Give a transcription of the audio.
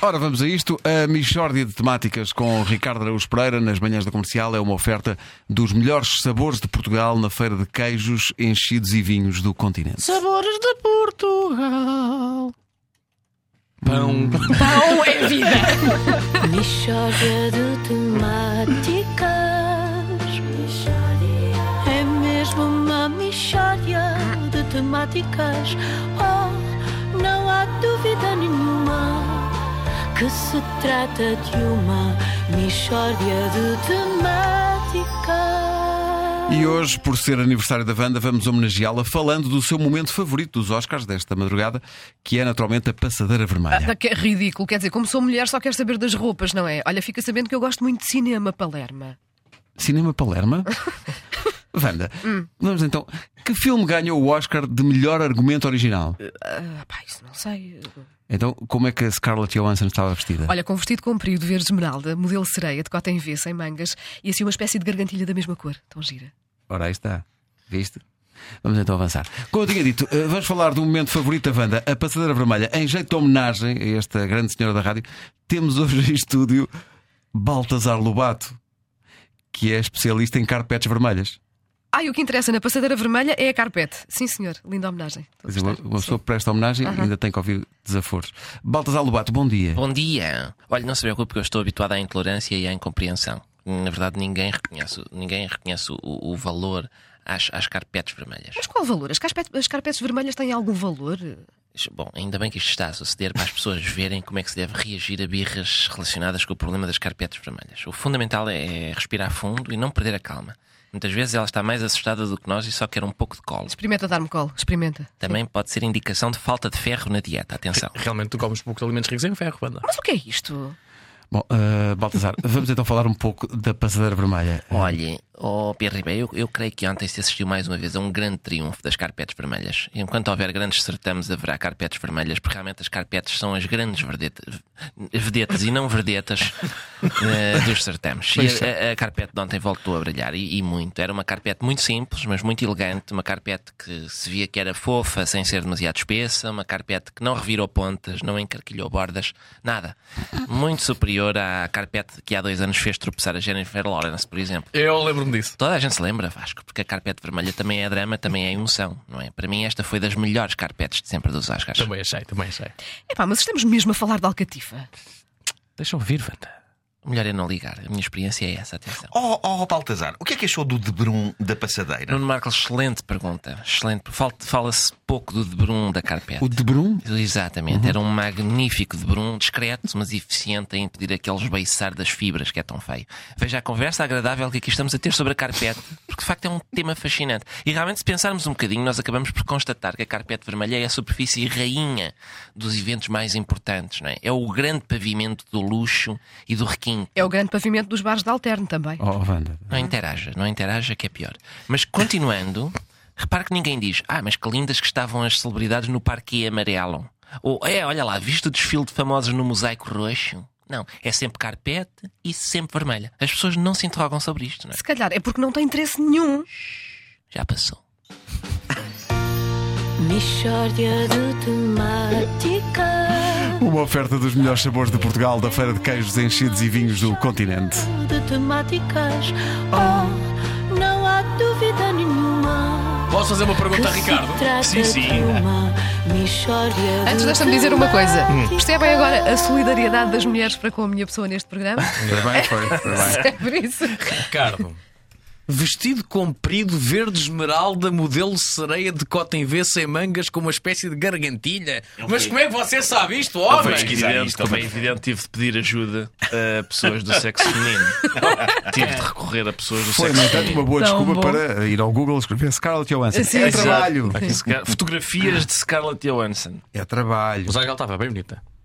Ora, vamos a isto. A Michórdia de Temáticas com Ricardo Araújo Pereira nas manhãs da comercial é uma oferta dos melhores sabores de Portugal na feira de queijos, enchidos e vinhos do continente. Sabores de Portugal. Pão. Pão é vida. Mixórdia de temáticas É mesmo uma mixórdia de temáticas Oh, não há dúvida nenhuma Que se trata de uma mixórdia de temáticas E hoje, por ser aniversário da Wanda, vamos homenageá-la falando do seu momento favorito dos Oscars desta madrugada, que é naturalmente a Passadeira Vermelha. Ah, que é ridículo, quer dizer, como sou mulher, só quero saber das roupas, não é? Olha, fica sabendo que eu gosto muito de cinema, Palerma. Cinema Palerma? Wanda, vamos então. Que filme ganhou o Oscar de melhor argumento original? Ah, pá, isso não sei. Então, como é que a Scarlett Johansson estava vestida? Olha, com um vestido comprido, verde esmeralda, modelo sereia, de cota em V, sem mangas e assim uma espécie de gargantilha da mesma cor. Tão gira. Ora, aí está. Viste? Vamos então avançar. Como eu tinha dito, eh, vamos falar do momento favorito da Wanda, a Passadeira Vermelha. Em jeito de homenagem a esta grande senhora da rádio, temos hoje em estúdio Baltazar Lobato, que é especialista em carpetes vermelhas. Ah, e o que interessa na passadeira vermelha é a carpete. Sim, senhor, linda homenagem. Estou a Quer dizer, uma, gostar. uma pessoa que presta homenagem ainda tem que ouvir desaforos. Baltazar Lobato, bom dia. Bom dia. Olha, não se preocupe que eu estou habituado à intolerância e à incompreensão. Na verdade, ninguém reconhece, ninguém reconhece o, o valor às, às carpetes vermelhas. Mas qual valor? As, carpete- as carpetes vermelhas têm algum valor? Bom, ainda bem que isto está a suceder para as pessoas verem como é que se deve reagir a birras relacionadas com o problema das carpetes vermelhas. O fundamental é respirar fundo e não perder a calma. Muitas vezes ela está mais assustada do que nós e só quer um pouco de colo. Experimenta dar-me colo, experimenta. Também pode ser indicação de falta de ferro na dieta. Atenção. Então, Realmente tu comes poucos alimentos ricos em ferro, Wanda. Mas o que é isto? Bom, eh, Baltazar, vamos então falar um pouco da Passadeira Vermelha. Olhe, oh Pierre Ribeiro, eu, eu creio que ontem se assistiu mais uma vez a um grande triunfo das carpetes vermelhas. Enquanto houver grandes certames, haverá carpetes vermelhas, porque realmente as carpetes são as grandes verdete- vedetas e não verdetas eh, dos certames. E a, a- a carpete de ontem voltou a brilhar, e, e muito. Era uma carpete muito simples, mas muito elegante, uma carpete que se via que era fofa, sem ser demasiado espessa, uma carpete que não revirou pontas, não encarquilhou bordas, nada. Muito superior à carpete que há dois anos fez tropeçar a Jennifer Lawrence, por exemplo. Eu lembro-me disso. Toda a gente se lembra, Vasco, porque a carpete vermelha também é drama, também é emoção, não é? Para mim, esta foi das melhores carpetes de sempre dos Oscars. Também achei, também achei. Epá, mas estamos mesmo a falar de alcatifa. Deixa eu ouvir, Wanda. Melhor é não ligar, a minha experiência é essa, atenção. Oh, oh, Baltazar, o que é que achou do Debrum da passadeira? Nuno Marcos, excelente pergunta, excelente. Fal- Fala-se pouco do Debrum da carpete. O de Brum? Exatamente, era um magnífico Debrum, discreto, mas eficiente a impedir aqueles beiçar das fibras que é tão feio. Veja a conversa agradável que aqui estamos a ter sobre a carpete, porque de facto é um tema fascinante. E realmente, se pensarmos um bocadinho, nós acabamos por constatar que a carpete vermelha é a superfície rainha dos eventos mais importantes, não é? É o grande pavimento do luxo e do requinte. É o grande pavimento dos bares de Alterno também. Oh, Wanda. Não interaja, não interaja que é pior. Mas continuando, repare que ninguém diz: Ah, mas que lindas que estavam as celebridades no Parque Amarelo. Ou é, olha lá, viste o desfile de famosos no mosaico roxo? Não, é sempre carpete e sempre vermelha. As pessoas não se interrogam sobre isto, não é? Se calhar é porque não tem interesse nenhum. Já passou. Mixórdia de temáticas Uma oferta dos melhores sabores de Portugal da Feira de Queijos, Enchidos e Vinhos do Continente. de temáticas Oh, não há dúvida nenhuma Posso fazer uma pergunta a Que Assim se Ricardo? trata de uma mixórdia de Antes deixa-me dizer uma coisa. Hum. temáticas. Percebem agora a solidariedade das mulheres para com a minha pessoa neste programa? Ainda bem, foi. Ainda bem. É por isso. Ricardo. Vestido comprido, verde esmeralda, modelo sereia de cota em V sem mangas, com uma espécie de gargantilha. Mas como é que você sabe isto, Como é homem? evidente, como é evidente, tive de pedir ajuda a pessoas do sexo feminino. tive de recorrer a pessoas do Foi, sexo no entanto, feminino. uma boa Tão desculpa bom. para ir ao Google escrever Scarlett Johansson. Sim, é exato. trabalho. Aqui se calhar, Fotografias de Scarlett Johansson. É trabalho. Mas acho que ela estava bem bonita.